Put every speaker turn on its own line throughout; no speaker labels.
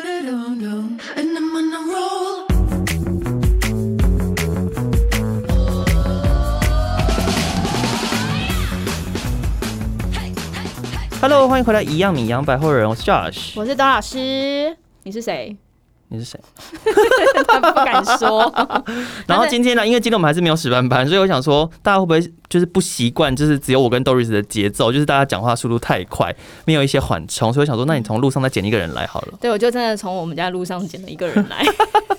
And I'm on a roll.
Hello，欢迎回来，一样米阳百货人，我是 Josh，
我是董老师，你是谁？
你是谁？
他不敢说。
然后今天呢，因为今天我们还是没有史班班，所以我想说，大家会不会就是不习惯，就是只有我跟 Doris 的节奏，就是大家讲话速度太快，没有一些缓冲，所以我想说，那你从路上再捡一个人来好 了。
对，我就真的从我们家路上捡了一个人来，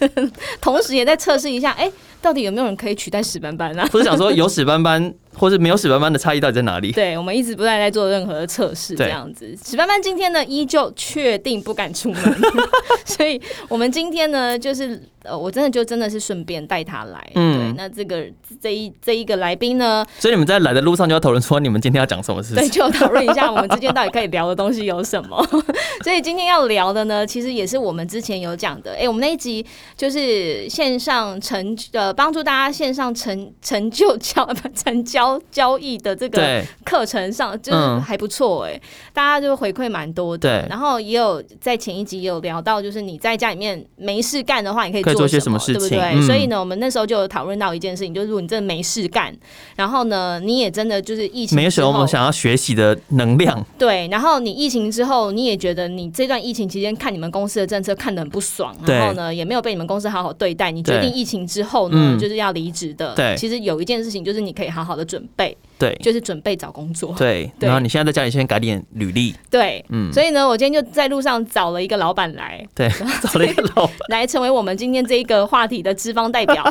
同时也在测试一下，哎、到底有没有人可以取代史班班啊？
不是想说有史班班，或是没有史班班的差异到底在哪里？
对，我们一直不断在做任何的测试，
对
这样子。史班班今天呢，依旧确定不敢出门， 所以我们今天呢，就是呃，我真的就真的是顺便带他来。
嗯
对，那这个这一这一个来宾呢，
所以你们在来的路上就要讨论说，你们今天要讲什么事
对，
情？
就讨论一下我们之间到底可以聊的东西有什么。 所以今天要聊的呢，其实也是我们之前有讲的。哎、我们那一集就是线上成呃，帮助大家线上成成就交不成交交易的这个
对
课程上，就是
嗯
还不错哎、大家就回馈蛮多的
对。
然后也有在前一集也有聊到，就是你在家里面没事干的话，你可以
可以做些
什
什么事
对
情
不对？
嗯
所以呢，我们那时候就有讨论到一件事情，就是如果你真的没事干，然后呢，你也真的就是疫情
没有什
时
么
候
我们想要学习的能量，
对，然后你疫情之后，你也觉得你这段疫情期间看你们公司的政策看得很不爽，
对
然后呢也没有被你们公司好好对待，你决
对
定疫情之后呢
嗯
就是要离职的。
对
其实有一件事情就是你可以好好的准备，
对
就是准备找工作。
对。
对
然后你现在在家里先改点履历，
对，
嗯，
所以呢，我今天就在路上找了一个老板来，
对， 找了一个老板，
来成为我们今天这一个话题的资方 代表。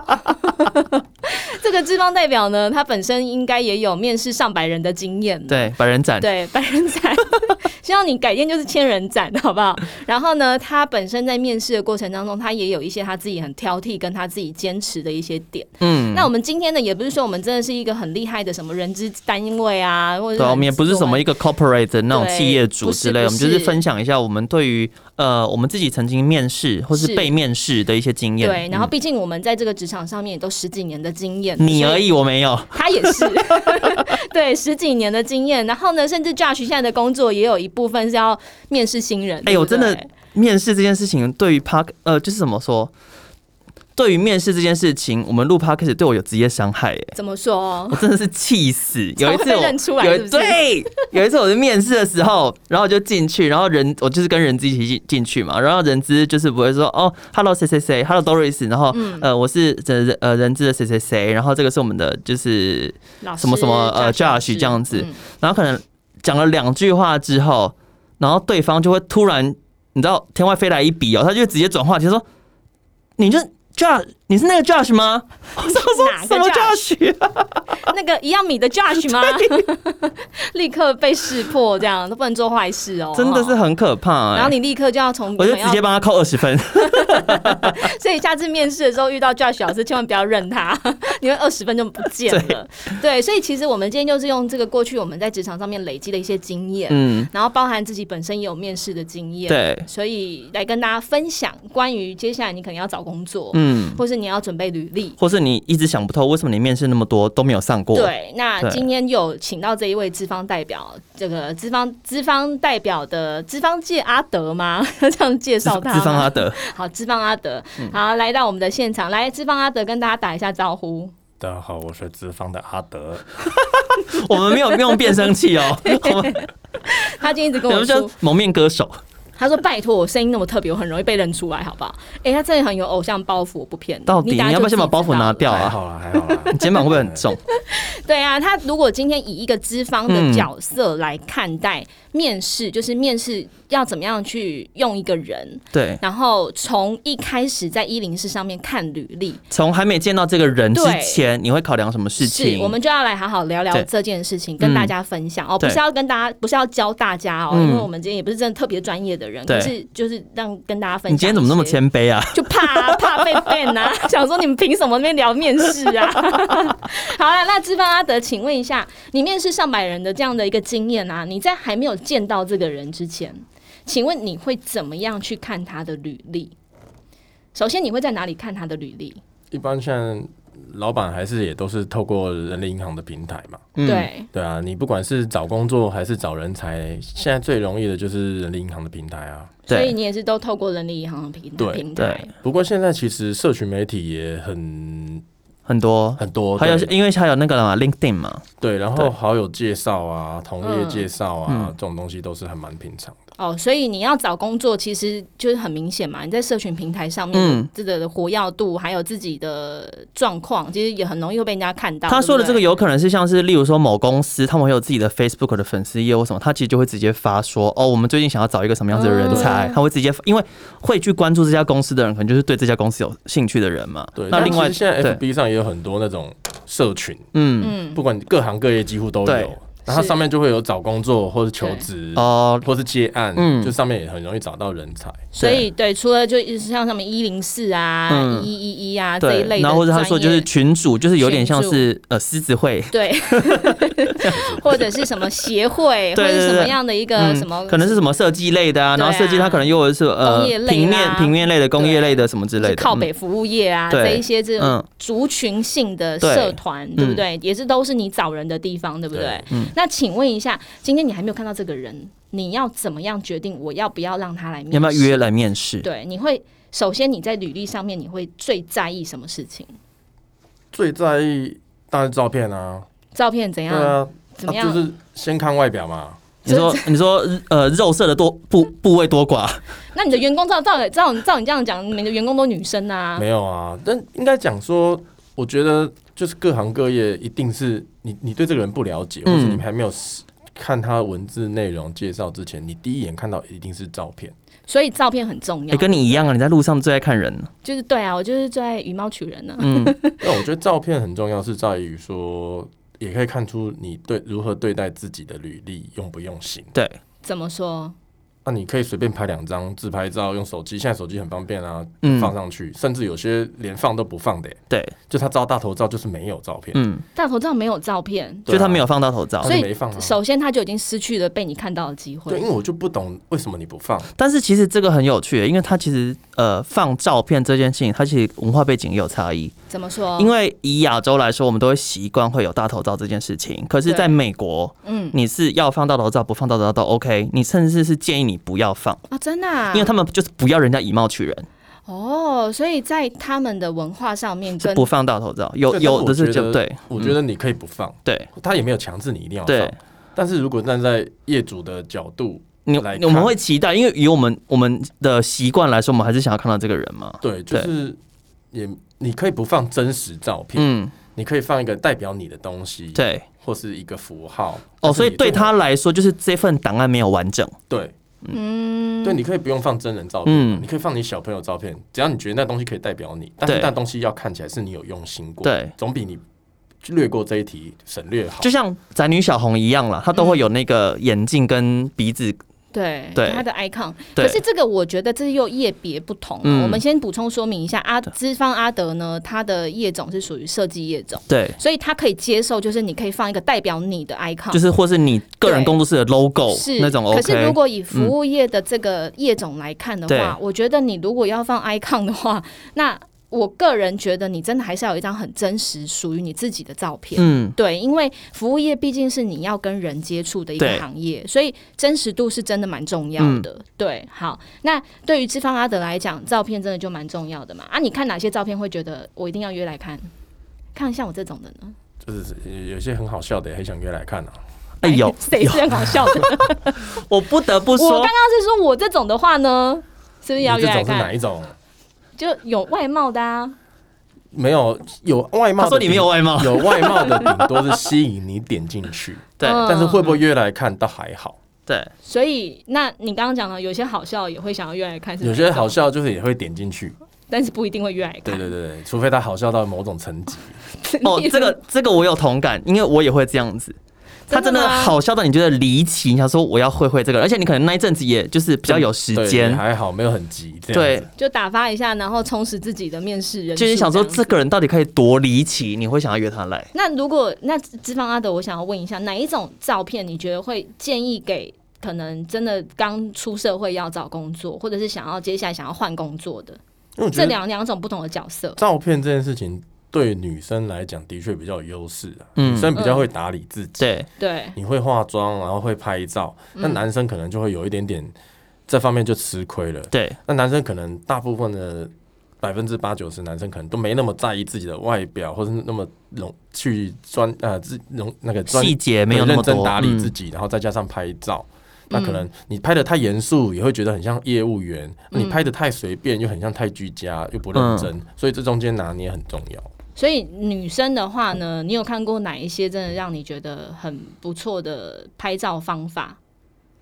这个资方代表呢，他本身应该也有面试上百人的经验，
对，百人斩，
对，百人斩， 希望你改天就是千人斩，好不好？然后呢，他本身在面试的过程当中，他也有一些他自己很挑剔跟他自己坚持的一些点。
嗯，
那我们今天呢，也不是说我们真的是一个很厉害的什么人资单位啊，或者
对啊，我们也不是什么一个 corporate 的那种
对
企业主之类，
不是
我们就是
不是
分享一下我们对于呃我们自己曾经面试或
是
是被面试的一些经验。
对，然后
嗯
毕竟我们在这个职场上面也都十几年的经验，
你而
已。
已，我没有。
他也是， 对，十几年的经验。然后呢，甚至 Josh 现在的工作也有一部分是要面试新人。
哎、
对不
我真的
对
面试这件事情，对于 park 呃就是怎么说？对于面试这件事情，我们录 podcast 对我有职业伤害、哎，
怎么说
我？真的是气死。有一次
常
我
会认出来
有
是不是
对，有一次我在面试的时候，然后我就进去，然后人我就是跟人资一起进进去嘛，然后人资就是不会说哦，hello 谁谁谁，hello Doris，然后、
嗯
呃我是呃呃人资的谁谁谁，然后这个是我们的就是，
老师
什么什么呃 Josh 这样子
嗯
然后可能讲了两句话之后，然后对方就会突然你知道天外飞来一笔哦，他就直接转话题说，你就 Josh，你是那个 Josh 吗？ 我说
哪
说
个
什么
Josh？哦
Josh？
那个一样米的 Josh 吗？ 立刻被识破，这样都不能做坏事哦，
真的是
哈。
很可怕、哎。
然后你立刻就要从，
我就
你们
直接帮他扣二十分。
要所以下次面试的时候遇到 Josh 老师，千万不要认他， 因为二十分钟不见了。对，所以其实我们今天就是用这个过去我们在职场上面累积的一些经验，
嗯，
然后包含自己本身也有面试的经 验，，
对，
所以来跟大家分享关于接下来你可能要找工作，
嗯，
或是你要准备履历，
或是你一直想不透为什么你面试那么多都没有上过。，
对，那
对
今天有请到这一位资方代表，这个资方资方代表的资方界阿德吗？ 这样介绍他吗
资方阿德，
好，资方阿德，好，来到我们的现场，来，资方阿德跟大家打一下招呼。
大家好，我是资方的阿德。
我们没有用变声器 哦，我们
他今天一直跟
我
我
们叫
说，
蒙面歌手。
他说拜托，我声音那么特别，我很容易被认出来，好不好？哎、他真的很有偶像包袱，我不骗你。
到底
你
你
等下
要不要
就
先把
自己
包
知
袱
道
拿
了
掉
还
啊？
好啦，还好啦。
你 肩膀会不会很 重？
对啊，他如果今天以一个资方
嗯
的角色来看待面试，就是面试要怎么样去用一个人，
对，
然后从一开始在一零四上面看履历，
从还没见到这个人之
对
前，你会考量什么事
是
情？
我们就要来好好聊聊
对
这件事情，跟大家分享哦，不
对
是要跟大家，不是要教大家哦，
嗯
因为我们今天也不是真的特别专业的人，
对
可是就是让跟大家分享。
你今天怎么那么？谦卑啊？
就怕、 怕被 ban 啊，想说你们凭什么那边聊面试啊？ 好了，那知方阿德，请问一下，你面试上百人的这样的一个经验啊，你在还没有见到这个人之前，请问你会怎么样去看他的履历？首先，你会在哪里看他的履历？
一般现在老板还是也都是透过人力银行的平台嘛。
嗯，
对，
对啊，你不管是找工作还是找人才，现在最容易的就是人力银行的平台啊。
所以
对
你也是都透过人力银行的平
对
平台
对，，
不过现在其实社群媒体也很
很多，
很多，
还有
对
因为还有那个了嘛，LinkedIn 嘛，
对，然
对
后好友介绍啊、同业介绍啊
嗯，
这种东西都是还蛮平常的。
哦，所以你要找工作，其实就是很明显嘛。你在社群平台上面
嗯，
自己的活跃度，还有自己的状况，其实也很容易会被人家看到。
他说的
对
这
不
个
对
有可能是像是，例如说某公司他们会有自己的 Facebook 的粉丝页或什么，他其实就会直接发说，哦，我们最近想要找一个什么样子的人才，
嗯
他会直接，因为会去关注这家公司的人，可能就是对这家公司有兴趣的人嘛。
对，
那
但
另外
其实现在
对
FB 上也有很多那种社群，
嗯，
嗯，
不管各行各业几乎都
对
有，然后
是
上面就会有找工作或者求
对
职。
哦，
或是接案，
嗯
就上面也很容易找到人才。
所以对，除了就像什么一零四啊、
嗯
一一一啊这一
对，
类的专业，
然后或者他说就是群主，就是有点像是呃狮子会，
对，或者是什么协会，或
对
者是
对
什么
对
样的一个
嗯
呃什么，
可能是什么设计类的啊，
对啊
然后设计它可能又是呃
工业类啊啦
平面平面类的工业类的什么之类
是
的，
靠北服务业啊，
对
这一些这种
嗯
族群性的
对嗯
社团，对不对？也是都是你找人的地方，对不对
对？
那请问一下，今天你还没有看到这个人，你要怎么样决定我要不要让他来面
嗯
试？
要不要约？来面试？
对，你会首先你在履历上面你会最在意什么事情？
最在意当然是照片啊，
照片怎
对
样？
啊，
怎么
啊
样？
就是先看外表嘛。
你说你说呃肉色的多部部位多寡，
那你的员工照照理照你照你这样讲，你们的员工都女生啊，
没有啊，但应该讲说，我觉得就是各行各业一定是你你对这个人不了解，
嗯
或者你还没有看他文字内容介绍之前，你第一眼看到一定是照 片。
所以照片很重要。
也跟你一样啊，你在路上最爱看人了，
就是对啊，我就是最爱以貌取人呢、啊
嗯，
那我觉得照片很重要，是在于说，也可以看出你对如何对待自己的履历用不用心。
对，
怎么说？
那、你可以随便拍两张自拍照，用手机，现在手机很方便啊，
嗯
放上去，甚至有些连放都不放的、
对，
就他照大头照就是没有照片，
嗯，
大头照没有照片，
对
就
啊
他没有放到头照
他
所，以
就没放啊。
首先他就已经失去了被你看到的机
对，
会
因。为我就不懂为什么你不放。
但是其实这个很有趣，因为它其实呃放照片这件事情，它其实文化背景也有差异。
怎么说？
因为以亚洲来说，我们都会习惯会有大头照这件事情。可是，
对
在美国，
嗯
你是要放大头照，不放大头照都 OK。你甚至是建议你不要放，
啊，真的、啊，
因为他们就是不要人家以貌取人，
哦，所以在他们的文化上面
是
跟
不放大头照。有
对
有的是就
但是我觉得
对
我觉得你可以不放，
对
他也没有强制你一定要
对
放。，但是如果站在业主的角度，
你
来看
我们会期待，因为以我们我们的习惯来说，我们还是想要看到这个人嘛。
对，就是也你可以不放真实照片，
嗯，
你可以放一个代表你的东西，，
对。
或是一个符号。
哦，
但是
所以
你
对他来说，就是这份档案没有完整。
对
嗯
对，你可以不用放真人照片，
嗯
你，可以放你小朋友照片，只要你觉得那东西可以代表你，但
对
是那东西要看起来是你有用心过，
对，
总比你略过这一题省略好。
就像宅女小红一样啦，她都会有那个眼镜跟鼻子。
对
对
他的 icon。
对
可是这个我觉得这又业别不同、啊。
嗯
我们先补充说明一下，阿资方阿德呢，他的业种是属于设计业种，
对，
所以他可以接受，就是你可以放一个代表你的 icon，
就是或是你个人
对
工作室的 logo
是
那种 OK。嗯
可是如果以服务业的这个业种来看的
对
话，我觉得你如果要放 icon 的话，那我个人觉得你真的还是要有一张很真实属于你自己的照片。
嗯，
对，因为服务业毕竟是你要跟人接触的一个
对嗯
行业，所以真实度是真的蛮重要的。对，好，那对于资方阿德来讲，照片真的就蛮重要的嘛。啊，你看哪些照片会觉得我一定要约来看？看像我这种的呢？
就是有有些很好笑的，也很想约来看啊。
哎有
谁
有
是，很好笑的？
我不得不
我
说
刚刚，是说我这种的话呢，是不是
你
要
这
约来
种是哪
看？
一种？
就有外貌的啊，
没有有外貌
他说
的顶，
你没有外 貌，
有外貌的顶多是吸引你点进去，
对
嗯
但是会不会约来看倒还好。
对，
所以那你刚刚讲了，有些好笑也会想要约来看，是哪
有
一种
些好，笑就是也会点进去，
但是不一定会约来看。
对对对，对除非他好笑到某种层级。
哦，这个这个我有同感，因为我也会这样子。他真
真的
的
吗
好笑到你觉得离奇，你想说我要会会这个，而且你可能那一阵子也就是比较有时
对也
间，
还好没有很急这
对
样子。，
就打发一下，然后充实自己的面试人数。
就是想说
这
这个人到底可以多离奇，你会想要约他来。
样。那如果那资方阿德，我想要问一下，哪一种照片你觉得会建议给可能真的刚出社会要找工作，或者是想要接下来想要换工作的
因为我
这
觉得
两两种不同的角色？
照片这件事情对女生来讲的确比较有优势啊，
嗯
女生比较会打理自己，
对，
对，
你会化妆，然后会拍照，那男生可能就会有一点点这方面就吃亏了。
对，
那男生可能大部分的百分之八九十男生可能都没那么在意自己的外表，或是那么容去专呃自容那个专
细节没有那
认
么
真
多，
打理自
嗯
己，然后再加上拍照。那
嗯
可能你拍的太严肃，也会觉得很像业务员；你
嗯
拍的太随便，又很像太居家，又不认
嗯
真。所以这中间拿捏很重要。
所以女生的话呢，你有看过哪一些真的让你觉得很不错的拍照方法，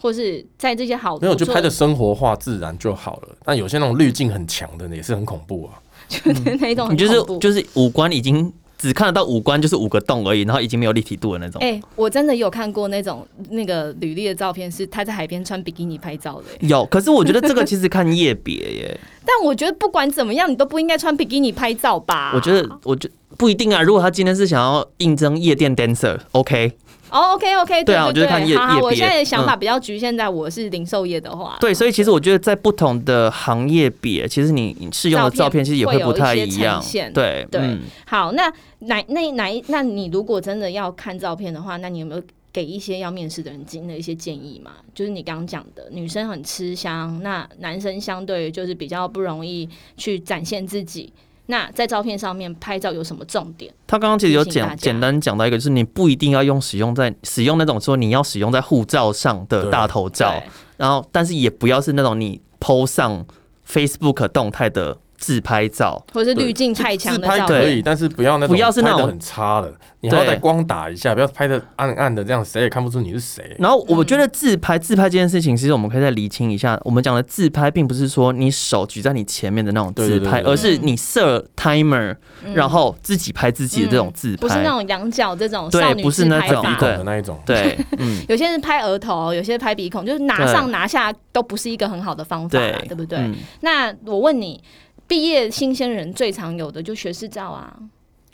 或是在这些好
没有，就拍 的
的
生活化、自然就好了。但有些那种滤镜很强的，也是很恐怖啊。
嗯你
那种哦很恐怖，
就是就是五官已经只看得到五官，就是五个洞而已，然后已经没有立体度的那种。
哎、我真的有看过那种那个履历的照片，是她在海边穿比基尼拍照的、欸
有，可是我觉得这个其实看业别 耶，
但我觉得不管怎么样，你都不应该穿比基尼拍照吧？
我觉得我觉不一定啊。如果他今天是想要应征夜店 dancer，OK，、
哦、o k OK，
对啊我
对
觉得看业
好好
业
我
别嗯
现在的想法比较局限在我是零售业的话，
对，所以其实我觉得在不同的行业别，其实你你适用的照
照片
片其实也
会
会
有
不
一
太
些
一
呈
样
现。
对
对
嗯
好，那哪那哪一？那你如果真的要看照片的话，那你有没有给一些要面试的人进的一些建议嘛？就是你刚刚讲的，女生很吃香，那男生相对就是比较不容易去展现自己。那在照片上面拍照有什么重点？
他刚刚其实有
提醒大
简
家
简单讲到一个，就是你不一定要用使用在使用那种说你要使用在护照上的
对
大头照，
对
然后但是也不要是那种你 PO 上 Facebook 动态的自拍照。
或者是
对
滤镜太
自
强的
拍
照
可
片，
以，但是不要那种
不要是那种
拍得很差的，你好
对
歹光打一下，不要拍的暗暗的，这样谁也看不出你是谁。
然后我觉得自拍、自拍这件事情，其实我们可以再厘清一下。我们讲的自拍，并不是说你手举在你前面的那种
对
自
对对
拍，
对对
而是你设 timer，然后自己拍自己的这种自
嗯不是那
拍。
种仰角这种
对
少女
不是
自
那
拍
种
鼻
法
孔
对
的那一种，
对，嗯，
有些是拍额头，有些是拍鼻孔，就是拿
对
上拿下都不是一个很好的方法啦
对，，
对 不对？
嗯
那我问你，毕业新鲜人最常有的就学士照啊，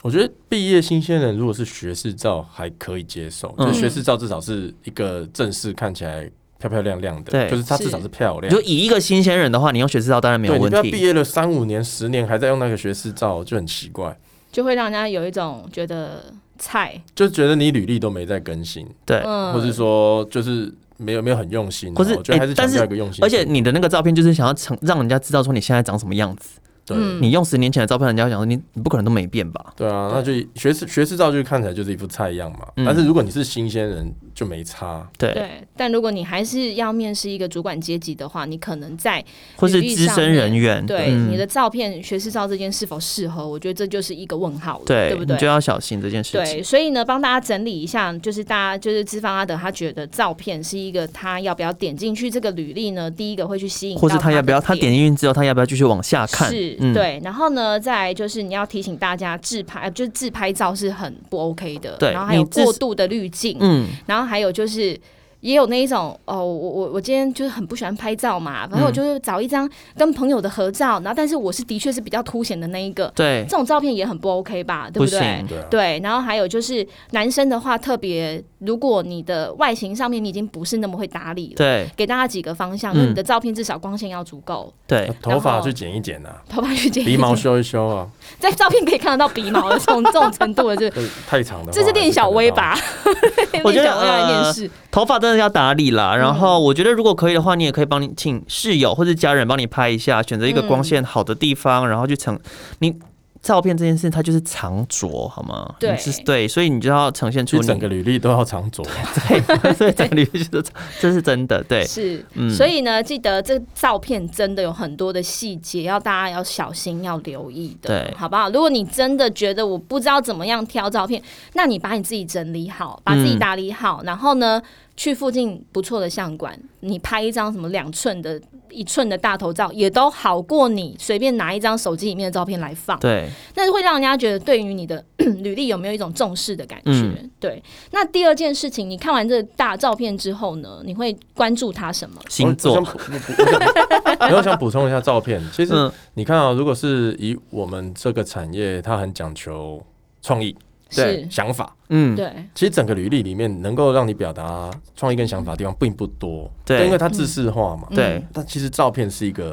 我觉得毕业新鲜人如果是学士照还可以接受，
嗯
就是学士照至少是一个正式看起来漂漂亮亮的，
对
就是它
是
至少是漂亮
就。以一个新鲜人的话，你用学士照当然没有
对你
问
不要毕
题。
业了三五年、十年还在用那个学士照，就很奇怪，
就会让人家有一种觉得菜，
就觉得你履历都没在更新，
对，
嗯，
或是说就是没有没有很用心啊。
或是
我觉得还
哎
是
但
强
是
调一个用心，
而且你的那个照片就是想要成让人家知道说你现在长什么样子。
对
嗯
你用十年前的照片，人家会想说你你不可能都没变吧？
对啊，那就学士学士照就是看起来就是一副菜样嘛。
嗯
但是如果你是新鲜人，就没差。
对，
对。但如果你还是要面试一个主管阶级的话，你可能在
或是
履历
资
上
深
面
人员，
对、
嗯
你的照片、学士照这件事否适合，我觉得这就是一个问号了，
对，
不
你
对
就？要小心这件事情
对，。所以呢，帮大家整理一下，就是大家就是资方阿德，他觉得照片是一个他要不要点进去这个履历呢？第一个会去吸引，
或是他要不要他
他的
点进去之后，他要不要继续往下看？
是，
嗯，
对。然后呢，再来就是你要提醒大家，自拍呃就是自拍照是很不 OK 的，
对
然后还有
你自
过度的滤镜，
嗯，
然后还有就是。也有那一种哦，我我我今天就是很不喜欢拍照嘛，反正
嗯
我就是找一张跟朋友的合照，然后但是我是的确是比较凸显的那一个，
对
这，种照片也很不 OK 吧，对
不
对？
行，
对啊，
对，然后还有就是男生的话，特别如果你的外形上面你已经不是那么会打理了，
对
给大家几个方向，就是
嗯
你的照片至少光线要足够，
对，
头
然
发
后
去剪一剪啊，
头发去剪，
鼻毛修一修啊，
在照片可以看得到鼻毛的这种这种程度的， 就
对太长的话
这是练小薇吧？
我觉
练
得
小薇来面
呃
试，
头发真的要打理啦。然后
嗯
我觉得如果可以的话，你也可以帮你请室友或者家人帮你拍一下，选择一个
嗯
光线好的地方，然后去呈你。照片这件事，它就是藏拙，好吗？
对
你是对，所以你就要呈现
还是看得到，其
出
实
你
整个履历都要 长着啊。
对，所以整个旅行就是这是真的，对，
是，
嗯
所以呢，记得这照片真的有很多的细节，要大家要小心，要留意的，
对
好不好？如果你真的觉得我不知道怎么样挑照片，那你把你自己整理好，把自己
嗯
打理好，然后呢，去附近不错的相馆，你拍一张什么两寸的、一寸的大头照，也都好过你随便拿一张手机里面的照片来放。
对，
那会让人家觉得对于你的 履历有没有一种重视的感觉？
嗯
对。那第二件事情，你看完这大照片之后呢，你会关注它什么？
星
我
座，
我想补我想然后想补充一下照片， 其实
嗯，
你看啊，如果是以我们这个产业，它很讲求创意、
是，
想法。
嗯，
对，
其实整个履历里面能够让你表达创意跟想法的地方并不多，
对
因为它制式化嘛。
嗯
对，
但其实照片是一表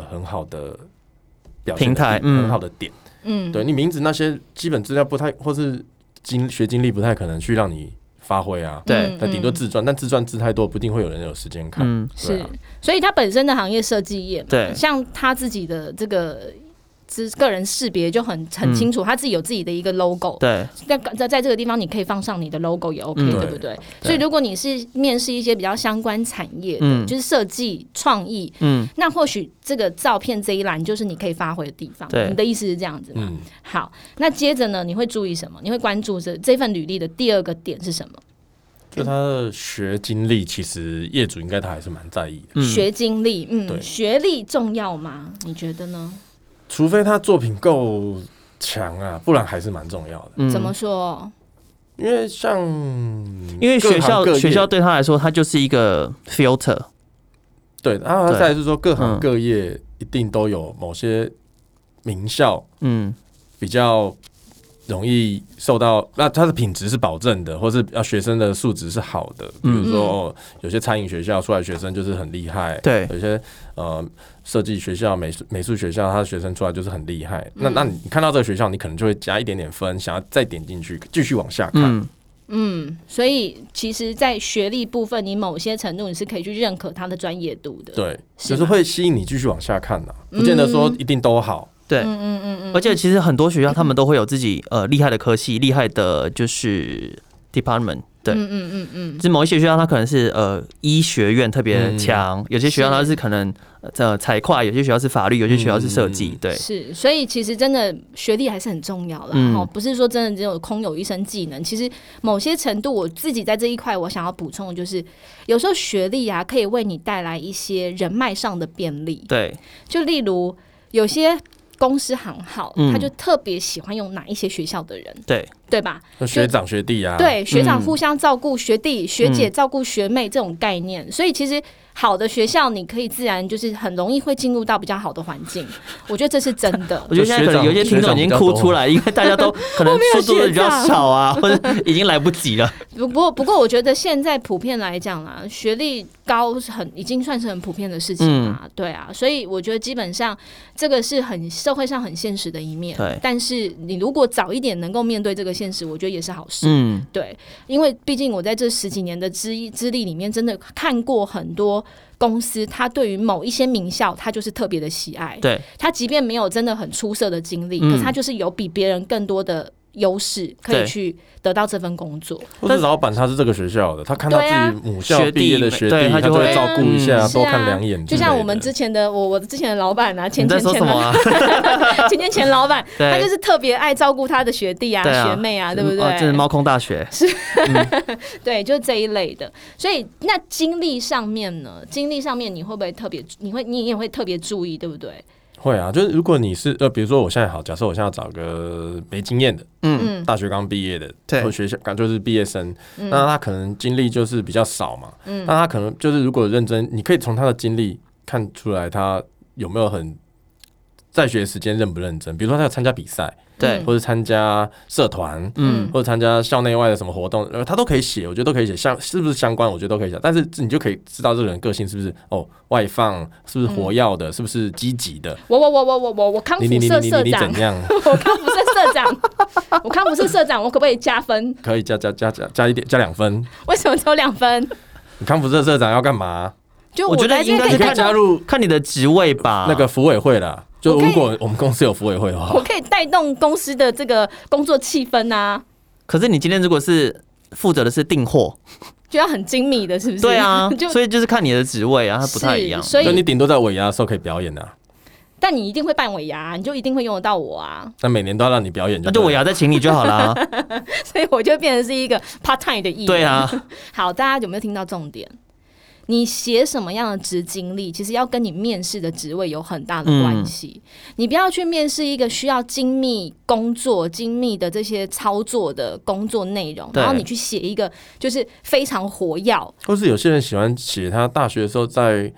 现
平
的
台
地很
嗯
好的点。
嗯，
对你名字那些基本资料不太，或是经学经历不太可能去让你发挥啊。
对
嗯
但顶多自传，但自传字太多，不一定会有人有时间看。
嗯，
对
是
啊，
所以他本身的行业设计业嘛，
对
像他自己的这个。自个人识别就很
嗯
很清楚，他自己有自己的一个 logo，
对，
在在在这个地方你可以放上你的 logo 也 OK，、
嗯
对不对？所以如果你是面试一些比较相关产业的，
嗯
就是设计、创意，
嗯，
那或许这个照片这一栏就是你可以发挥的地方。
对
你的意思是这样子吗？
嗯，
好，那接着呢，你会注意什么？你会关注这这份履历的第二个点是什么？
就他的学经历，其实业主应该他还是蛮在意的，
嗯
学经历，嗯，
对
学历重要吗？你觉得呢？
除非他作品够强啊，不然还是蛮重要的。
嗯
怎么说？
因为像
因为
各
学
行
校
各业
学校对他来说，他就是一个 filter，
对，然后
对
再来是说各
嗯
行各业一定都有某些名校
嗯
比较容易受到，那它的品质是保证的，或是啊学生的素质是好的。比
嗯
如说、哦，有些餐饮学校出来学生就是很厉害，
对
有些呃设计学校、美术美术学校，他的学生出来就是很厉害。那那你看到这个学校，你可能就会加一点点分，想要再点进去，继续往下看。
嗯，
嗯，所以其实，在学历部分，你某些程度你是可以去认可他的专业度的。
对，
是嗯
就是
吗
会吸引你继续往下看的、啊不见得说一定都好。
对，嗯嗯嗯，而且其实很多学校他们都会有自己呃厉害的科系，厉害的就是 department，对，
嗯嗯嗯嗯，
就是某一些学校，它可能是呃医学院特别强，有些学校它是可能呃财会，有些学校是法律，有些学校是设计，
嗯
对，
是，所以其实真的学历还是很重要啦。
嗯
哦，不是说真的只有空有一身技能，其实某些程度我自己在这一块我想要补充的就是，有时候学历啊可以为你带来一些人脉上的便利，
对，
就例如有些。公司行号，
嗯
他就特别喜欢用哪一些学校的人，
对，
对吧？
那学长学弟啊，
对，学长
嗯
互相照顾学弟，学姐照顾学妹这种概念，所以其实好的学校，你可以自然就是很容易会进入到比较好的环境，我觉得这是真的
我。觉得现在可能有些听众已经哭出来，因为大家 都可能速度比较少啊，或者已经来不及了。
不不过不过，我觉得现在普遍来讲啦，学历高是很已经算是很普遍的事情啦，
嗯
对啊，所以我觉得基本上这个是很社会上很现实的一面
对。
但是你如果早一点能够面对这个现实，我觉得也是好事。
嗯，
对，因为毕竟我在这十几年的资资历里面，真的看过很多公司，他对于某一些名校，他就是特别的喜爱。
对，
他即便没有真的很出色的经历，
嗯
可是他就是有比别人更多的优势，可
对
以去得到这份工作。
或者老板他是这个学校的，他看到
对啊
自己母校
学弟
毕业的学
对
弟，
他
他
就
就
会
会照顾一
嗯
下，
是
多
啊
看两眼之
就
类的。
像我们之前的我，我之前的老板啊，前
你在
前
说
前
什么
啊，
啊？
前前前老板，
对
他就是特别爱照顾他的学弟啊、
对啊
学妹啊，对不对？
哦这是猫空大学，
对，就是这一类的。所以那经历上面呢，经历上面你会不会特别？你会你也会特别注意，对不对？
会啊，就是如果你是呃，比如说我现在好，假设我现在要找个没经验的，
嗯，
嗯
大学刚毕业的，
对
或学校刚就是毕业生，
嗯
那他可能经历就是比较少嘛，
嗯
那他可能就是如果认真，你可以从他的经历看出来他有没有很在学时间认不认真，比如说他有参加比赛，
对，
或者参加社团，
嗯
嗯，
或者参加校内外的什么活动，呃，他都可以写，我觉得都可以写，相是不是相关，我觉得都可以写，但是你就可以知道这个人个性是不是哦外放，是不是活跃的，是不是积极的，
我我我我我我我嗯康
你
复
你你
社
你你
社
你
长
怎，样？
我康复社社长，我康复社社长，我可不可以加分？
可以加加加加加一点加两分。
为什么只有两分？
你康复社社长要干嘛？
就
我觉得
在这
应该
边
是
可以
看
带动，
入
看你的职位吧。
那个服委会啦。就
我可以
如果我们公司有服委会的
啊我
话，
可以带动公司的这个工作气氛啊，
可是你今天如果是负责的是订货，
就要很精密的，是不是？，
对啊
就
所以就是看你的职位啊，它不太一样
是。所
就你
以
顶多在尾牙的时候可以表演啊。
但你一定会办尾牙，你就一定会用得到我啊，
那每年都要让你表演，
那就
对
我牙再请你就好啦。
所以我就变成是一个 part time 的艺人。
对啊，
好，大家有没有听到重点？你写什么样的职经历，其实要跟你面试的职位有很大的关系。
嗯
你不要去面试一个需要精密工作、精密的这些操作的工作内容，
对
然后你去写一个就是非常活跃。
或是有些人喜欢写他大学的时候在什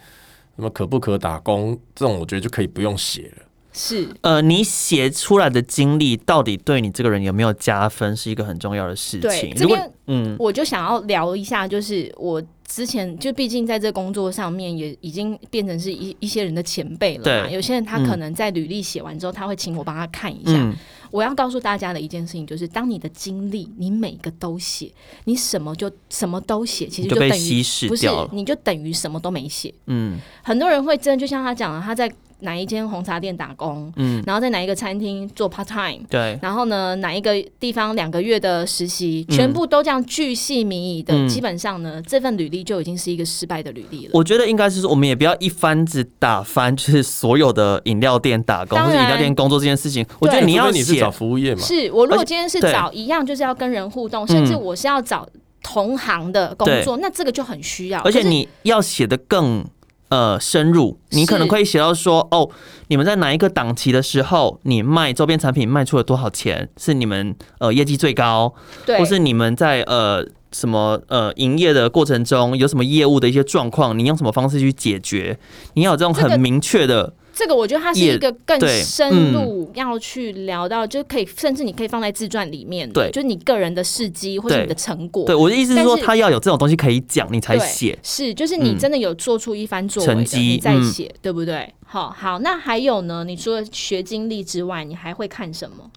么可不可打工这种，我觉得就可以不用写了。
是，
呃，你写出来的经历到底对你这个人有没有加分，是一个很重要的事
对
情。
这
如果
边
嗯
我就想要聊一下，就是我之前就毕竟在这工作上面也已经变成是一一些人的前辈了嘛。
对
有些人他
嗯
可能在履历写完之后，他会请我帮他看一下。
嗯，
我要告诉大家的一件事情就是，当你的经历你每个都写，你什么就什么都写，其实
就
等
被
于
稀释
不是
掉，了。
你就等于什么都没写。
嗯
很多人会真的就像他讲的，他在哪一间红茶店打工，
嗯，
然后在哪一个餐厅做 part time。
对，
然后呢，哪一个地方两个月的实习，
嗯
全部都这样巨细靡遗的，
嗯
基本上呢，这份履历就已经是一个失败的履历了。
我觉得应该是说，我们也不要一竿子打翻，就是所有的饮料店打工
当
或
然
者饮料店工作这件事情。我觉得
对
你要
除非你是
写
找，服务业嘛，
是我如
而
果
且
今天是
对
找一样，就是要跟人互动，甚至
嗯
我是要找同行的工作，那这个就很需要。
而且
可是
你要写的更呃深入，你可能
是
可以写到说，哦，你们在哪一个档期的时候，你卖周边产品卖出了多少钱，是你们呃业绩最高，
对，
或是你们在呃什么呃营业的过程中有什么呃业务的一些状况，你用什么方式去解决？你要有这种
这个
很明确的，
这个我觉得它是
也
一个更
对嗯
深入要去聊到，就可以甚至你可以放在自传里面的，
对
就是你个人的事迹或是
对
你的成果。
对我的意思是说，
但是
他要有这种东西可以讲，你才
对
写。
是，就是你
嗯
真的有做出一番作为的，
成绩
你再
嗯
写，对不对？好好，那还有呢？你除了学经历之外，你还会看什么？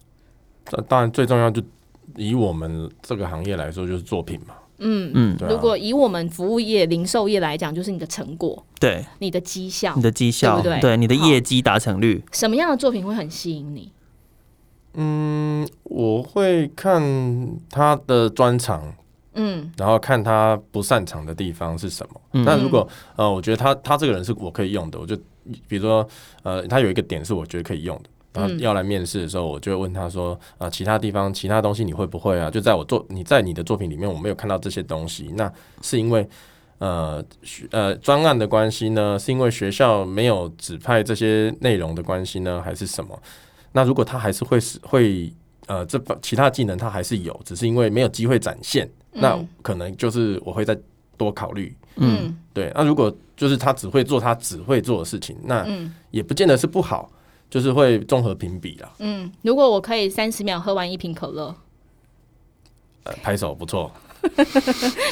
当当然最重要就以我们这个行业来说，就是作品嘛。
嗯，
嗯，
对啊
如果以我们服务业、零售业来讲，就是你的成果、
对，
你的绩效
你，的绩效，
对不对
你的
好
业绩达成率，
什么样的作品会很吸引你？
嗯，我会看他的专长，
嗯，
然后看他不擅长的地方是什么。
嗯
那如果呃，我觉得他他这个人是我可以用的，我就比如说呃，他有一个点是我觉得可以用的。然后
嗯
要来面试的时候，我就会问他说：“啊、其他地方、其他东西你会不会啊？就在我作你在你的作品里面，我没有看到这些东西，那是因为呃学呃专案的关系呢？是因为学校没有指派这些内容的关系呢，还是什么？那如果他还是会使会呃这把其他技能他还是有，只是因为没有机会展现，那
嗯
可能就是我会再多考虑。
嗯，
嗯
对，那如果就是他只会做他只会做的事情，那
嗯
也不见得是不好，就是会综合评比啦。
嗯，如果我可以三十秒喝完一瓶可乐，
呃，拍手不错，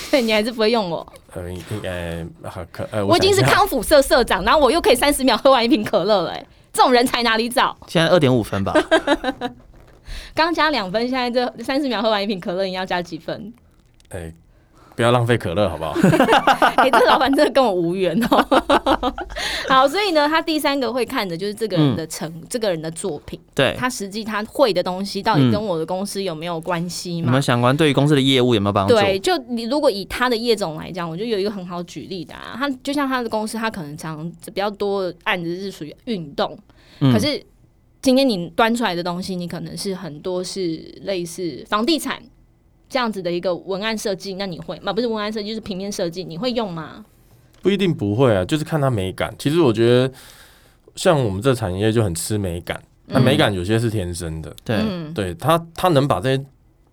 对你还是不会用我。
呃，应应该呃可呃，
我已
想
经是
一下
康复社社长，然后我又可以三十秒喝完一瓶可乐了、哎，这种人才哪里找？
现在二点五分吧，
刚加两分，现在这三十秒喝完一瓶可乐，你要加几分？
哎，不要浪费可乐好不好？
哎、这老板真的跟我无缘哦。 好，所以呢，他第三个会看的就是这个人的成，这个人的作品，
对，
他实际他会的东西到底
哎嗯
跟我的公司有没有关系
你
嘛
们？想官对于公司的业务有没有帮助？
对，就你如果以他的业种来讲，我就有一个很好举例的啊，他就像他的公司，他可能常比较多案子是属于运动，
嗯
可是今天你端出来的东西，你可能是很多是类似房地产这样子的一个文案设计，那你会啊吗？不是文案设计，就是平面设计，你会用吗？
不一定不会啊，就是看它美感。其实我觉得，像我们这产业就很吃美感，那美感有些是天生的，
对，
嗯
对它它能把这些，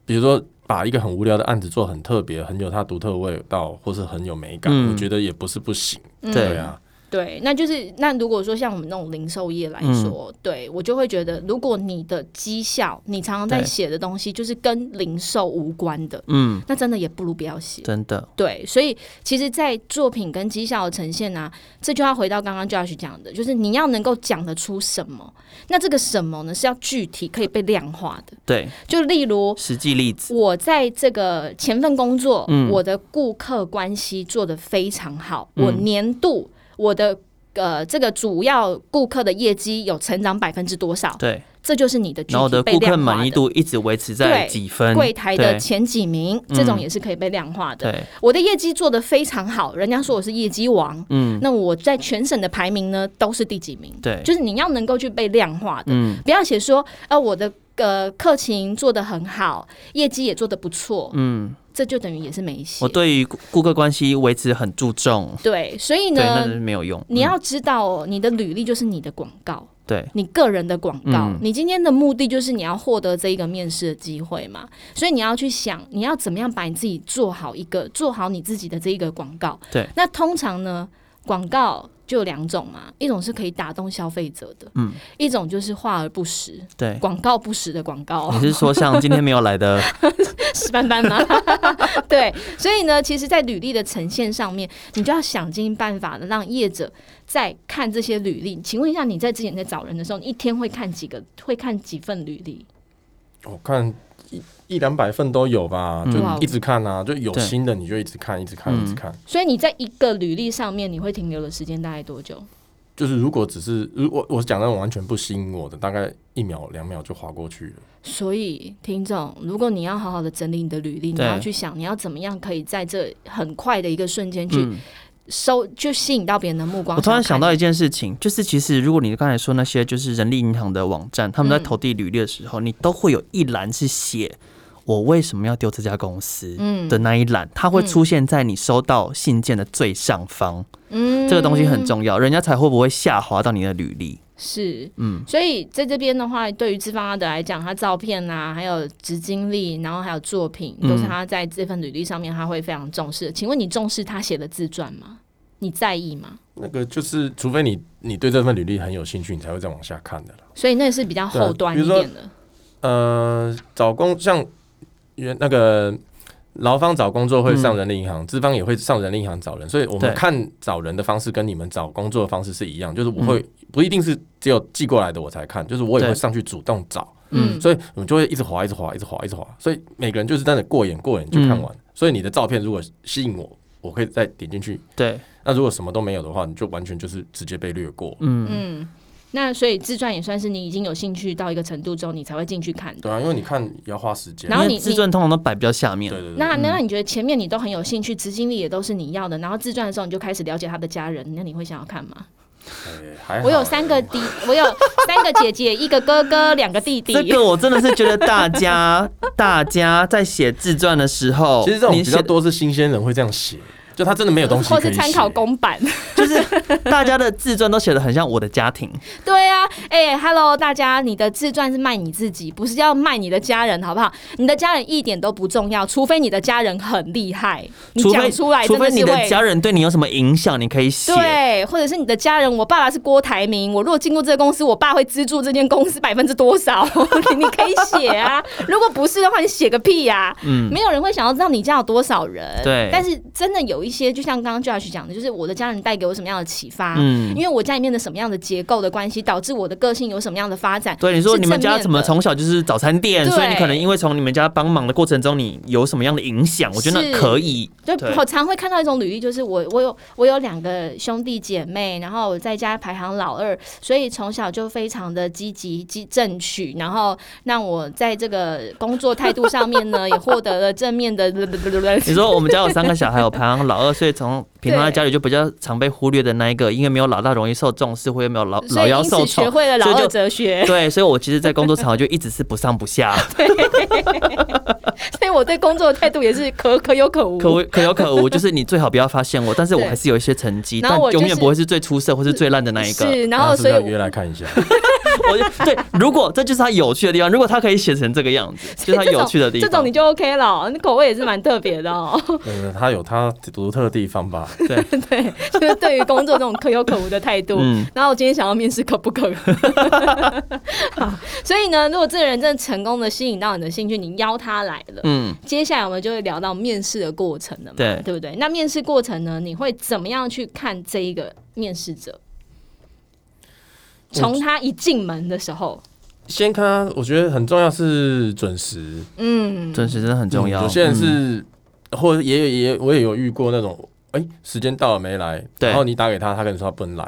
比如说把一个很无聊的案子做很特别，很有它独特味道，或是很有美感，
嗯
我觉得也不是不行。
嗯
对
对啊，
对，那就是那如果说像我们那种零售业来
嗯
说，对我就会觉得，如果你的绩效，你常常在
对
写的东西就是跟零售无关的，
嗯，
那真的也不如不要写。
真的，
对，所以其实，在作品跟绩效的呈现呢、这就要回到刚刚 Josh 讲的，就是你要能够讲得出什么。那这个什么呢，是要具体可以被量化的。
对，
就例如，
实际例子，
我在这个前份工作，
嗯
我的顾客关系做得非常好，
嗯
我年度我的。呃，这个主要顾客的业绩有成长百分之多少？
对，
这就是你的具
然后我
体
的
被
顾客
量化
满意
的。
度一直维持在
对
几分，
柜台的
对
前几名，这种
嗯
也是可以被量化的。
对，
我的业绩做得非常好，人家说我是业绩王。
嗯，
那我在全省的排名呢，都是第几名？
对
就是你要能够去被量化的，
嗯，
不要写说，呃，我的呃课情做得很好，业绩也做得不错，
嗯，
这就等于也是没写
我。对于顾顾客关系维持很注重，
对，所以
对，那
呢
是，没有用。
你
嗯
要知道哦，你的履历就是你的广告，
对，
你个人的广告，
嗯
你今天的目的就是你要获得这一个面试的机会嘛，所以你要去想，你要怎么样把你自己做好一个做好你自己的这一个广告。
对，
那通常呢，广告就有两种嘛，一种是可以打动消费者的，
嗯，哎
一种就是华而不实，
对。
广告不实的广告。
你是说像今天没有来 的
石斑斑吗？ 对，所以呢，其实，在履历的呈现上面，你就要想尽办法的让业者在看这些履历。请问一下，你在之前在找人的时候，你一天会看几个？会看几份履历？
我看一一两百份都有吧，就
哇哦
一直看啊，就有
嗯对
新的你就一直看，一直看，
嗯
一直看。
所以你在一个履历上面，你会停留的时间大概多久？
就是如果只是如果我讲那种完全不吸引我的，大概一秒两秒就划过去了。
所以，听众，如果你要好好的整理你的履历，你
对
要去想，你要怎么样可以在这很快的一个瞬间去收，就吸引到别人的目光。
嗯我突然想到
看
一件事情，就是其实如果你刚才说那些就是人力银行的网站，他们在
嗯
投递履历的时候，你都会有一栏是写我为什么要丢这家公司
嗯
的那一栏，它会出现在你收到信件的最上方。
嗯
这个东西很重要，人家才会不会下滑到你的履历。
是，
嗯，
所以在这边的话，对于资方阿德来讲，他照片啊，还有职经历，然后还有作品，
嗯
都是他在这份履历上面他会非常重视的。请问你重视他写的自传吗？你在意吗？
那个就是，除非你你对这份履历很有兴趣，你才会再往下看的啦。
所以那是比较后端一点的。
呃，找工像原那个劳方找工作会上人力银
嗯
行，资、方也会上人力银行找人，所以我
对
们看找人的方式跟你们找工作的方式是一样，就是我
嗯
会、不一定是只有寄过来的我才看，就是我也
对
会上去主动找，
嗯
所以我们就会一直滑，一直滑，一直滑，一直滑，所以每个人就是在那过眼过眼就看完，
嗯
所以你的照片如果吸引我，我可以再点进去。
对，
那如果什么都没有的话，你就完全就是直接被略过。
嗯，
嗯，那所以自传也算是你已经有兴趣到一个程度之后，你才会进去看的。
对啊，因为你看也要花时间。
然后
因
你
为自传通常都摆比较下面
对。对对，
那那那你觉得前面你都很有兴趣，执行力也都是你要的，然后自传的时候你就开始了解他的家人，那你会想要看吗？
哎还好
我有三个弟，我有三个姐姐，一个哥哥，两个弟弟。
这个我真的是觉得大家大家在写自传的时候，
其实这种
哦你
比较
写
多是新鲜人会这样写，就他真的没有东西
或
可以
是哦
写
参考公版，
就是大家的自传都写的很像我的家庭，
对啊，哎、h e l l o 大家，你的自传是卖你自己，不是要卖你的家人，好不好？你的家人一点都不重要，除非你的家人很厉害，你
除非
讲出来
除
真
非
的
你
是
的
会
家人对你有什么影响，你可以写。
对，啊或者是你的家人，我爸爸是郭台铭，我如果进入这个公司，我爸会资助这间公 司百分之多少？ 你可以写啊，如果不是的话，你写个屁呀、
嗯，
没有人会想要知道你家有多少人，
对
但是真的有一些，就像刚刚 Josh 讲的，就是我的家人带给我什么样的启发，
嗯
因为我家里面的什么样的结构的关系，导致我的个性有什么样的发展。
对，你说
是
你们
正
家
面
怎么
的
从小就是早餐店，
对
所以你可能因为从你们家帮忙的过程中，你有什么样的影响？我觉得那
是
可以。
就
对
我常会看到一种履历，就是我我有我有两个兄弟姐妹，然后我在家排行老二，所以从小就非常的积极积争取，然后让我在这个工作态度上面呢，也获得了正面的。
你说我们家有三个小孩，我排行老二，所以从平常在
对
家里就比较常被忽略的那一个，因为没有老大容易受重视，或者没有老
所
老
以
幺
因
受
此学
宠，
会了
所
老
以
二
就
哲学。
对，所以我其实，在工作场合就一直是不上不下，
所以我对工作的态度也是可可有可无。
可无可有可无，就是你最好不要发现我，但是我
对
还是有一些成绩，
然后
但
我就
永远
是
不会是最出色或是最烂的那一个。
是，然
那
后
是
所以
不是要
我
约来看一下，
我就对，如果这就是他有趣的地方，如果他可以写成这个样 子，就是他
这
有
种
趣的地
这种
方
你。就 OK 了哦，你口味也是蛮特别的哦。
嗯，他有他独特的地方吧。
对，就是对于工作这种可有可无的态度。
嗯
然后我今天想要面试可不可？ 好，所以呢，如果这个人真的成功的吸引到你的兴趣，你邀他来了。
嗯，
接下来我们就会聊到面试的过程了嘛，
对
对不对？那面试过程呢，你会怎么样去看这一个面试者？从他一进门的时候，
先看他，我觉得很重要是准时，
嗯，
准时真的很重要。
有些人
嗯
是，或者也也我也有遇过那种，哎，时间到了没来，
对
然后你打给他，他跟你说他不能来，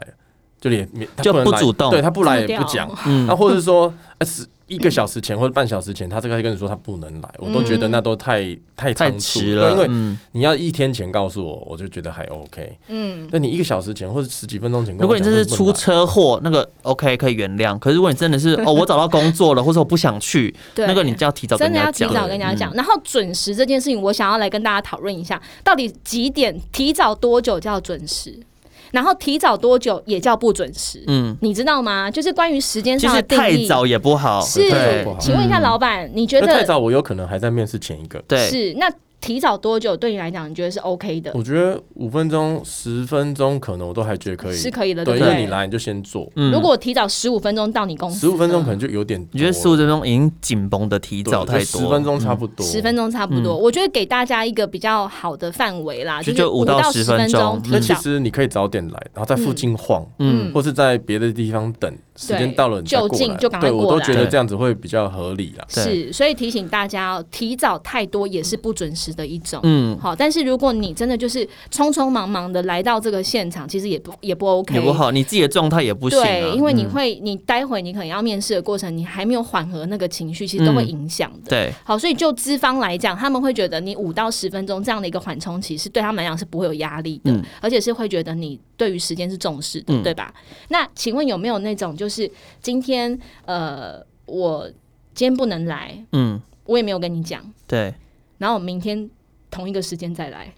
就连他
就
能来
不主动
对他不来
这么
也
屌
不讲，
嗯
那或者是说，呃，十一个小时前或者半小时前，他这个跟你说他不能来，我都觉
嗯
得那都太太
太
仓促
迟了，
因为
嗯，
你要一天前告诉我，我就觉得还 OK。
嗯，
那你一个小时前或者十几分钟前跟
如
我
果
讲
你这
说不能来，
是出车祸，那个 OK 可以原谅。可是如果你真的 是哦，我找到工作了，或者我不想去，
对，
那个你就要提早跟
真的
人
要
家
提
讲。嗯
早跟人家讲。然后准时这件事情，我想要来跟大家讨论一下，到底几点提早多久叫准时？然后提早多久也叫不准时？
嗯，
你知道吗？就是关于时间
其
上的
实
定
太
义。
早也不好，嗯
是
太早不
对
好，
请问一下老板，你觉
因为太
得
早，我有可能还在面试前一个。
对，
是那？提早多久对你来讲，你觉得是 OK 的？
我觉得五分钟、十分钟可能我都还觉得可以，
是可以的，
对，
不
因为
对
你？来你就先做，
嗯
如果我提早十五分钟到你公司，
十五分钟可能就有点多了，
你觉得十五分钟已经紧绷的提早太多，嗯
十分钟差不多，
十分钟差不多。我觉得给大家一个比较好的范围啦，
就是就
五
5到
十
10分
钟
钟
提
那其
早。
实你可以早点来，然后在附近晃，
嗯
或是在别的地方等，时间到了你再
就
过
近
来
就赶快
对我
过
都
来
觉得这样子会比较合理啦。
对
是，所以提醒大家哦，提早太多也是不准时的一种。
嗯，
好，但是如果你真的就是匆匆忙忙的来到这个现场，其实也不也不 OK，
也不好，你自己的状态也不行、啊，
对，因为你
嗯
会，你待会你可能要面试的过程，你还没有缓和那个情绪，其实都会
嗯
影响的。
对
好，所以就资方来讲，他们会觉得你五到十分钟这样的一个缓冲期是对他们来讲是不会有压力的，
嗯
而且是会觉得你对于时间是重视的，
嗯
对吧？那请问有没有那种就是今天呃，我今天不能来，
嗯
我也没有跟你讲，
对，
然后我明天同一个时间再来，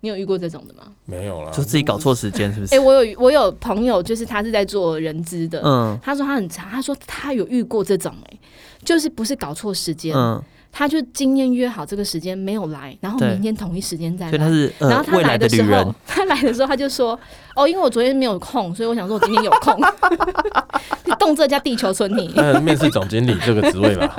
你有遇过这种的
嗯
吗？
没有啦，
就自己搞错时间是不
诶、
是？
我有我有朋友就是他是在做人资的，
嗯
他说他很长，他说他有遇过这种哎、就是不是搞错时间，
嗯，
他就今天约好这个时间没有来，然后
对
明天同一时间再
所以他
来。
是
然
呃
后他
未
来
来的
时
旅
候
人，，
他来的时候他就说：“哦，因为我昨天没有空，所以我想说我今天有 空。”你动这家地球村你
那面试总经理这个职位吧，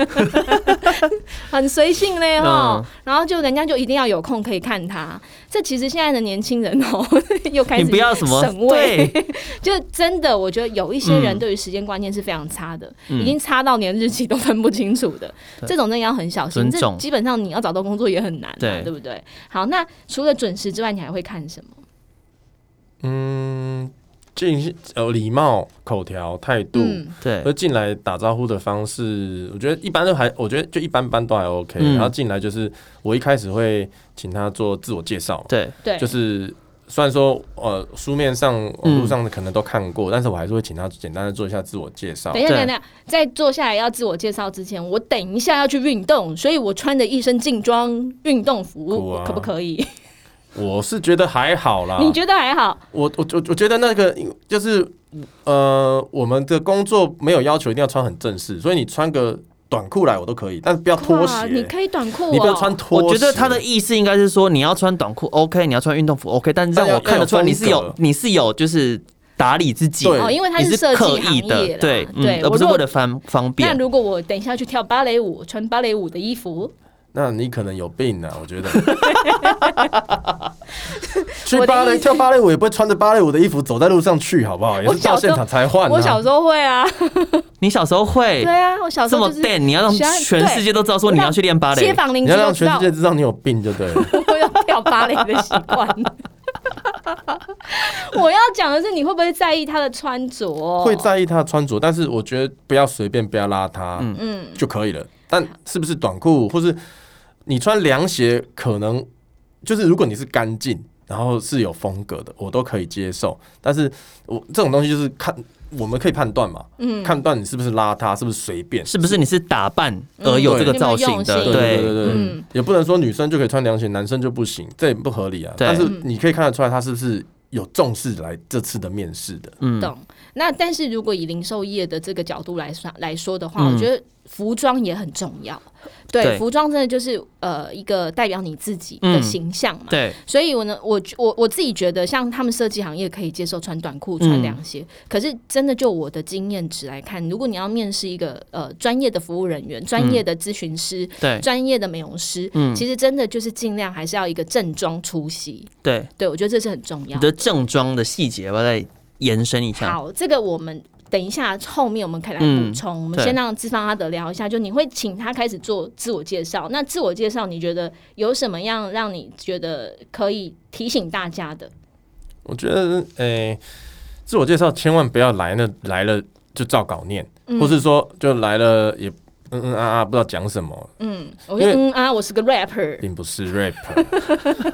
很随性嘞哦
嗯，
然后就人家就一定要有空可以看他。这其实现在的年轻人哦， 又开始
你不要什么
省位，
对，
就真的，我觉得有一些人
嗯
对于时间观念是非常差的，
嗯
已经差到连日期都分不清楚的，
对
这种真的要很小心。
尊
这
重
基本上你要找到工作也很难、啊，
对
不对？好，那除了准时之外，你还会看什么？
嗯，进呃礼貌、口条、态度。
嗯，
对
而进来打招呼的方式，我觉得一般都还，我觉得就一般般都还 OK、
嗯
然后进来就是我一开始会请他做自我介绍，
对，
对，
就是虽然说呃书面上、网络上的可能都看过，但是我还是会请他简单的做一下自我介绍
等。一
嗯
下，
对
等一下，在坐下来要自我介绍之前，我等一下要去运动，所以我穿的一身劲装运动服，
酷啊
可不可以？
我是觉得还好啦，
你觉得还好？
我我我我觉得那个就是呃，我们的工作没有要求一定要穿很正式，所以你穿个短裤来我都可以，但是不要拖
哇
鞋，
你可以短裤、哦，
你不要穿拖鞋。
我觉得他的意思应该是说，你要穿短裤 OK，你要穿运动服 OK，但是让
但要
我看得出来
要有
你是有
哎风格
你是有就是打理自己，
对
哦，因为他
你
设
刻
计行
意
业
的，
啦
对，嗯
对，
而
我
不是
如果
为了方方
那
便。
如果我等一下去跳芭蕾舞，穿芭蕾舞的衣服，
那你可能有病啊！我觉得， 去芭蕾跳芭蕾舞也不会穿着芭蕾舞的衣服走在路上去，好不好？也
我
是到
小时
现
候
场才换、啊。
我小时候会啊，
你小时候会
对啊，我小时
这
候
么
就是
淡，你要让
喜欢
全世界都知道说
对
你要去练芭
街
蕾，
坊邻
你
居
要
都
让
知
全
道
世界知道你有病就对了。
我有跳芭蕾的习惯。我要讲的是，你会不会在意他的穿着？
会，在意他的穿着，但是我觉得不要随便，不要邋遢，
嗯，
就可以了。但是不是短裤，或是你穿凉鞋，可能就是如果你是干净，然后是有风格的，我都可以接受。但是我这种东西就是看我们可以判断嘛，嗯，判断你是不是邋遢，是不是随便，
是不是你是打扮而有这个
嗯
造型
有
的？
没有用心
对对对对，
嗯
也不能说女生就可以穿凉鞋，男生就不行，这也不合理啊。
对
但是你可以看得出来，他是不是有重视来这次的面试的？
嗯
懂。那但是如果以零售业的这个角度来算来说的话，
嗯
我觉得服装也很重要。对，
对
服装真的就是呃一个代表你自己的
嗯
形象嘛。
对，
所以我呢，我我我自己觉得，像他们设计行业可以接受穿短裤、穿
嗯
凉鞋，可是真的就我的经验值来看，如果你要面试一个呃专业的服务人员、专业的咨询师、
嗯对
专、业的美容师，
嗯
其实真的就是尽量还是要一个正装出席。
对，
对我觉得这是很重要
你。的正装的细节要不要再延伸一下？
好，这个我们等一下后面我们可以来
嗯
补充。我们
对
先让资方阿德聊一下，就你会请他开始做自我介绍。那自我介绍，你觉得有什么样让你觉得可以提醒大家的？
我觉得，诶、自我介绍千万不要来那来了就照稿念，或是说就来了也嗯嗯啊啊不知道讲什么，
嗯，我就
因
嗯啊，我是个 rapper，
并不是 rap，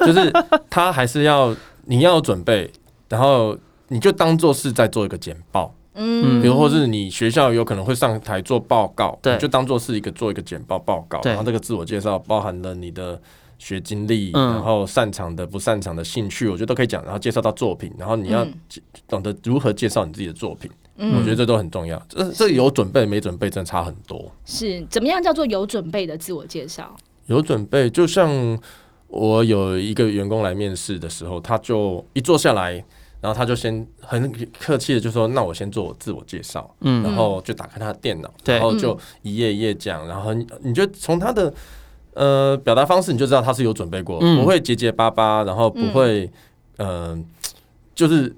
就是 他还是要你要有准备，然后你就当做是在做一个简报，
嗯，
比如或是你学校有可能会上台做报告，
对
你就当做是一个做一个简报报告，
对
然后这个自我介绍包含了你的学经历，
嗯
然后擅长的不擅长的兴趣，我觉得都可以讲，然后介绍到作品，然后你要
嗯
介懂得如何介绍你自己的作品，我觉得这都很重要。这这有准备没准备真的差很多，
是怎么样叫做有准备的自我介绍？
有准备就像。我有一个员工来面试的时候，他就一坐下来，然后他就先很客气的就说：“那我先做我自我介绍。”
嗯
然后就打开他的电脑，
对
然后就一页一页讲，然后你你就从他的呃表达方式，你就知道他是有准备过，
嗯
不会结结巴巴，然后不会嗯、呃，就是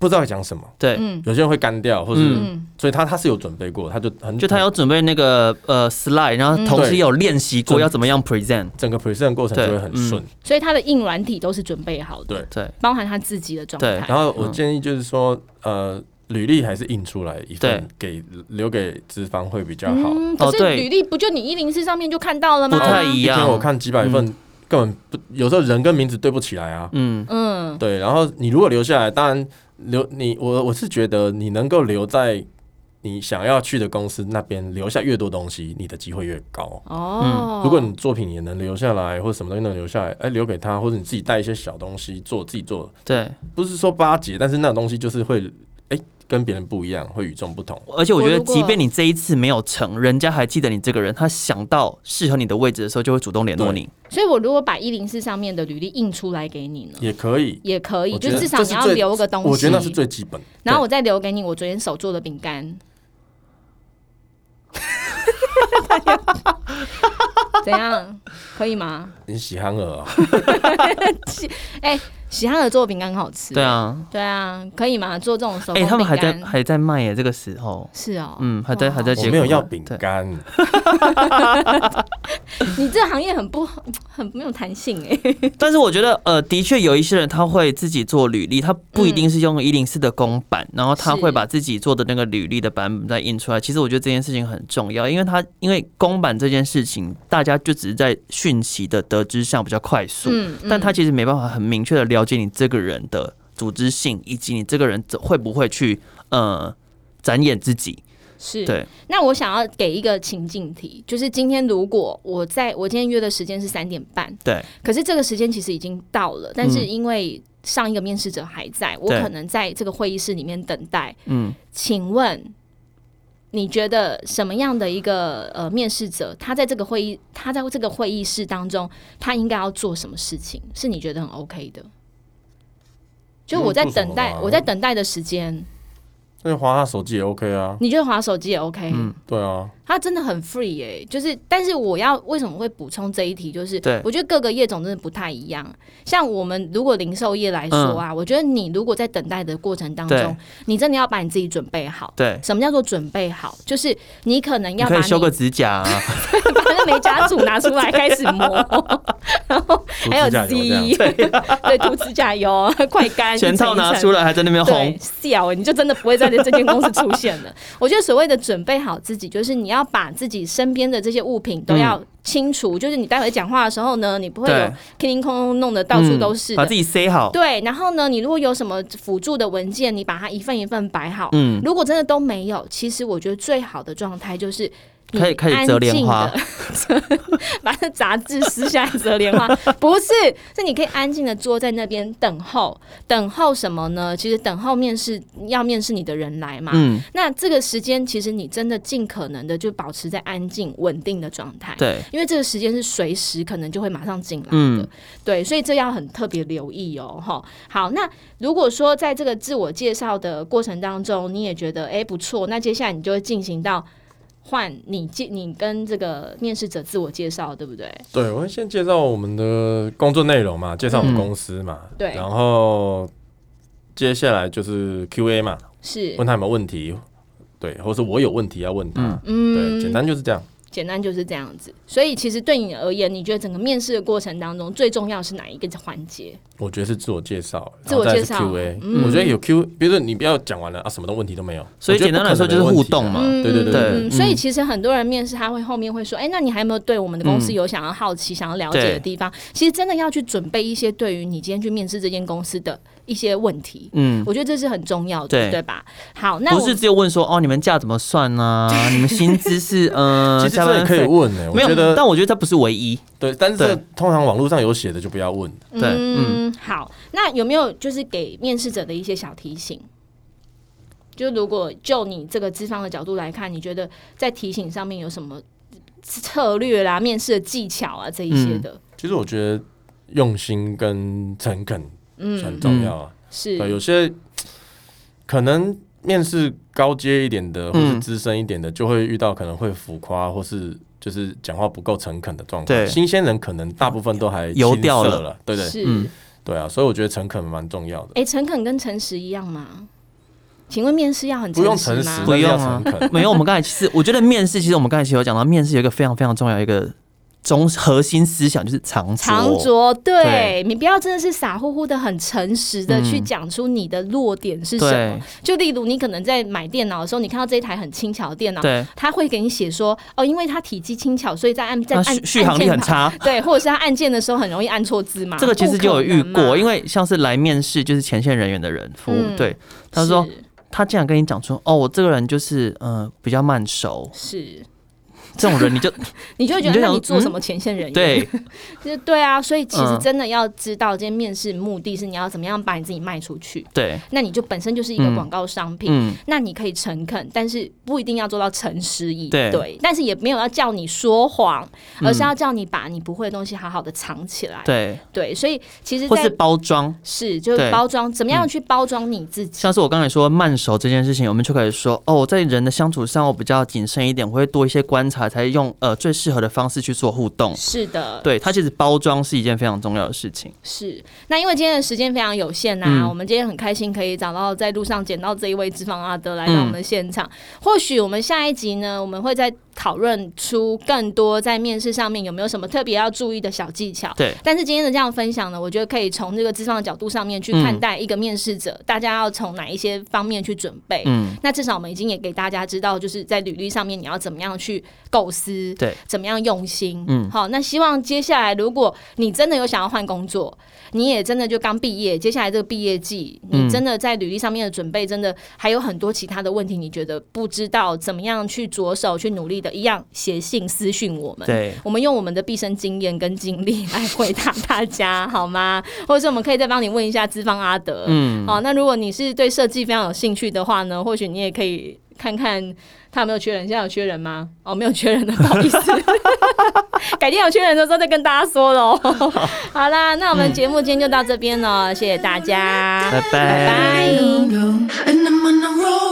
不知道讲什么。
对，
嗯
有些人会干掉，或是、
嗯
嗯，
所以他他是有准备过，他就很
就他有准备那个呃 slide，然
嗯
后同时有练习过
对
要怎么样 present，
整个 present 过程就会很
对嗯
顺。
所以他的硬软体都是准备好的，
对
对，
包含他自己的状
对
态。
然后我建议就是说，呃，履历还是印出来一份给留给资方会比较好。
嗯，
哦
可是
对
履历不就你一零四上面就看到了吗？
不太一
一
样
天我看几百份，根本不有时候人跟名字对不起来啊。
嗯，
嗯，
对，然后你如果留下来，当然留你我我是觉得你能够留在你想要去的公司那边留下越多东西，你的机会越高。
哦，
嗯如果你作品也能留下来，或者什么东西能留下来，哎，留给他，或者你自己带一些小东西做自己做，
对，
不是说巴结，但是那种东西就是会，哎，跟别人不一样，会与众不同。
而且我觉
我
得
如，果
即便你这一次没有成，人家还记得你这个人，他想到适合你的位置的时候，就会主动联络你。
所以我如果把一零四上面的履历印出来给你呢，
也可以，
也可以，
我
就
觉得
至少
这
你
是
要
最
留个东西。
我觉得那是最基本。
然后我再留给你我昨天手做的饼干。 怎样？可以吗？
你喜憨儿啊，
喜憨儿做的饼干很好吃。
对，啊，
对啊，可以吗？做这种手工
哎、
饼干。
他们还在还在卖耶，这个时候，
是哦，
嗯，还在
哇
还在
我
结
没有
果
要饼
对
干，
你这行业很不 很没有弹性哎、
但是我觉得，呃，的确有一些人他会自己做履历，他不一定是用一零四的公版，然后他
是
会把自己做的那个履历的版本再印出来。其实我觉得这件事情很重要，因为他因为公版这件事情，大家就只是在讯息的得知上比较快速，
嗯
但他其实没办法很明确的了解你这个人的组织性，以及你这个人会不会去呃展演自己。
是
对，
那我想要给一个情境题，就是今天如果我在我今天约的时间是三点半，
对，
可是这个时间其实已经到了，但是因为上一个面试者还在，我
嗯对
可能在这个会议室里面等待。
嗯，
请问你觉得什么样的一个呃面试者，他在这个会议，他在这个会议室当中，他应该要做什么事情，是你觉得很 OK 的？就我在
不用做
等
什么啊
待，
吧
我在等待的时间，
那就划他手机也 OK 啊。
你觉得划手机也 OK？、
嗯
对啊，
他真的很 free 哎、就是，但是我要为什么会补充这一题？就是
对
我觉得各个业种真的不太一样。像我们如果零售业来说啊，我觉得你如果在等待的过程当
嗯对
中，你真的要把你自己准备好。
对，
什么叫做准备好？就是你可能
你
要
可
把
以
你
修个指甲、啊，
把那美甲组拿出来开始 磨，然后
涂
还有
指甲油这样
C，对， 涂指甲油，快干，
全套拿出
来。
来还在那边
对
轰，，
笑，你就真的不会在这间公司出现了。 我觉得所谓的准备好自己，就是你要把自己身边的这些物品都要清除，就是你待会讲话的时候呢，你不会有
嗯对
叮叮空空弄得到处都是
嗯
的
把自己塞好。
对，然后呢，你如果有什么辅助的文件，你把它一份一份摆好。
嗯
如果真的都没有，其实我觉得最好的状态就是你
可以开始
安
折莲
静
花
地 把那杂志撕下来折莲花，不是，是你可以安静的坐在那边等候，等候什么呢？其实等候面试要面试你的人来嘛。
嗯，
那这个时间，其实你真的尽可能的就保持在安静、稳定的状态。
对。
因为这个时间是随时可能就会马上进来的，
嗯
对，所以这要很特别留意哦，哈。好，那如果说在这个自我介绍的过程当中，你也觉得诶不错，那接下来你就会进行到换你介你跟这个面试者自我介绍，对不对？
对，我会先介绍我们的工作内容嘛，介绍我
嗯
们公司嘛，
对
然后接下来就是 Q&A 嘛，
是，
问他有没有问题，对，或是我有问题要问他，对，简
嗯，
单就是这样。
简单就是这样子。所以其实对你而言，你觉得整个面试的过程当中最重要是哪一个环节？
我觉得是自我介绍，
自我介绍
然后再是 Q&A，、
嗯
我觉得有 Q，比如说你不要讲完了啊，什么都问题都没有，
所以
我觉得
简单来说
不可能
就是
没问
互
题啊
动嘛
的对对对
对
嗯
嗯
所以其实很多人面试，他会后面会说，哎、那你还有没有对我们的公司有想要好奇、想要了解的地方？其实真的要去准备一些对于你今天去面试这间公司的一些问题，
嗯，
我觉得这是很重要的，对
对
吧？好，那
不
我
是只有问说哦，你们价怎么算
嗯
呢、啊？你们薪资 是嗯，
其实
下
这也
班
可以
费
问呢、我
没
觉
有，
得
但我觉得这不是唯一。
对，但是这
对
通常网络上有写的就不要问。
对
嗯，好，那有没有就是给面试者的一些小提醒？就如果就你这个资方的角度来看，你觉得在提醒上面有什么策略啦、面试的技巧啊这一些的？
其实我觉得用心跟诚恳很
嗯，
重要啊。对，有
是，
些可能面试高阶一点的，或是
嗯
资深一点的，就会遇到可能会浮夸，或是就是讲话不够诚恳的状
对
况。新鲜人可能大部分都还
油
青
掉
涩
了
了，对对
是，
嗯
对啊，所以我觉得诚恳蛮重要的。
哎，诚恳跟诚实一样吗？请问面试要很
不用
诚
诚
吗
实，
不
但是
用
要
啊
诚恳。
没有，我们刚才其实我觉得面试，其实我们刚才其实有讲到，面试有一个非常非常重要一个中核心思想就是长拙
长拙，对
对
你不要真的是傻乎乎的、很诚实的去
嗯
讲出你的弱点是什么。
对
就例如你可能在买电脑的时候，你看到这一台很轻巧的电脑，
对，
他会给你写说，哦，因为它体积轻巧，所以在按在
那
按
啊续续航力很，差。
按键旁对，或者是它按键的时候很容易按错字嘛。
这个其实就有
啊
遇过，因
为
为像是来面试就是前线人员的人服务，
嗯
对他说他竟然跟你讲说，哦，我这个人就是嗯、呃比较慢 熟，
是，
这种人
哎
你就
你就会觉
你
得
就
那
想
你做
嗯
什么前线人员？
对，
就是对啊，所以其实
嗯
真的要知道，今天面试目的是你要怎么样把你自己卖出去，
对，
那你就本身就是一个
嗯
广告商品，
嗯，
那你可以诚恳，但是不一定要做到诚实以对，
对
但是也没有要叫你说谎，
嗯
而是要叫你把你不会的东西好好的藏起来。
对，
对所以其实
或
在
是包装，
是就是
对嗯
包装，怎么样去包装你自己？
像是我刚才说慢熟这件事情，我们就可以说哦，我在人的相处上我比较谨慎一点，我会多一些观察，才用呃最适合的方式去做互动。
是的，
对，它其实包装是一件非常重要的事情。
是。那因为今天的时间非常有限呐、
嗯
我们今天很开心可以找到在路上捡到这一位脂肪阿德来
嗯
到我们的现场。或许我们下一集呢，我们会再讨论出更多在面试上面有没有什么特别要注意的小技巧。
对，
但是今天的这样分享呢，我觉得可以从这个智商的角度上面去
嗯
看待一个面试者，大家要从哪一些方面去准备。
嗯，
那至少我们已经也给大家知道，就是在履历上面你要怎么样去构思，
对，
怎么样用心，
嗯
好。那希望接下来，如果你真的有想要换工作，你也真的就刚毕业，接下来这个毕业季，你
嗯
真的在履历上面的准备，真的还有很多其他的问题，你觉得不知道怎么样去着手去努力的，一样写信私讯我们，
对
我们用我们的毕生经验跟经历来回答大家，好吗？ 或者是我们可以再帮你问一下资方阿德，嗯，好、那如果你是对设计非常有兴趣的话呢，或许你也可以看看他有没有缺人，现在有缺人吗？哦，没有缺人的，不好 意思，改天有缺人的时候再跟大家说 喽。好啦，那我们节目今天就到这边了，谢谢大家，
拜拜
拜拜
on a roll.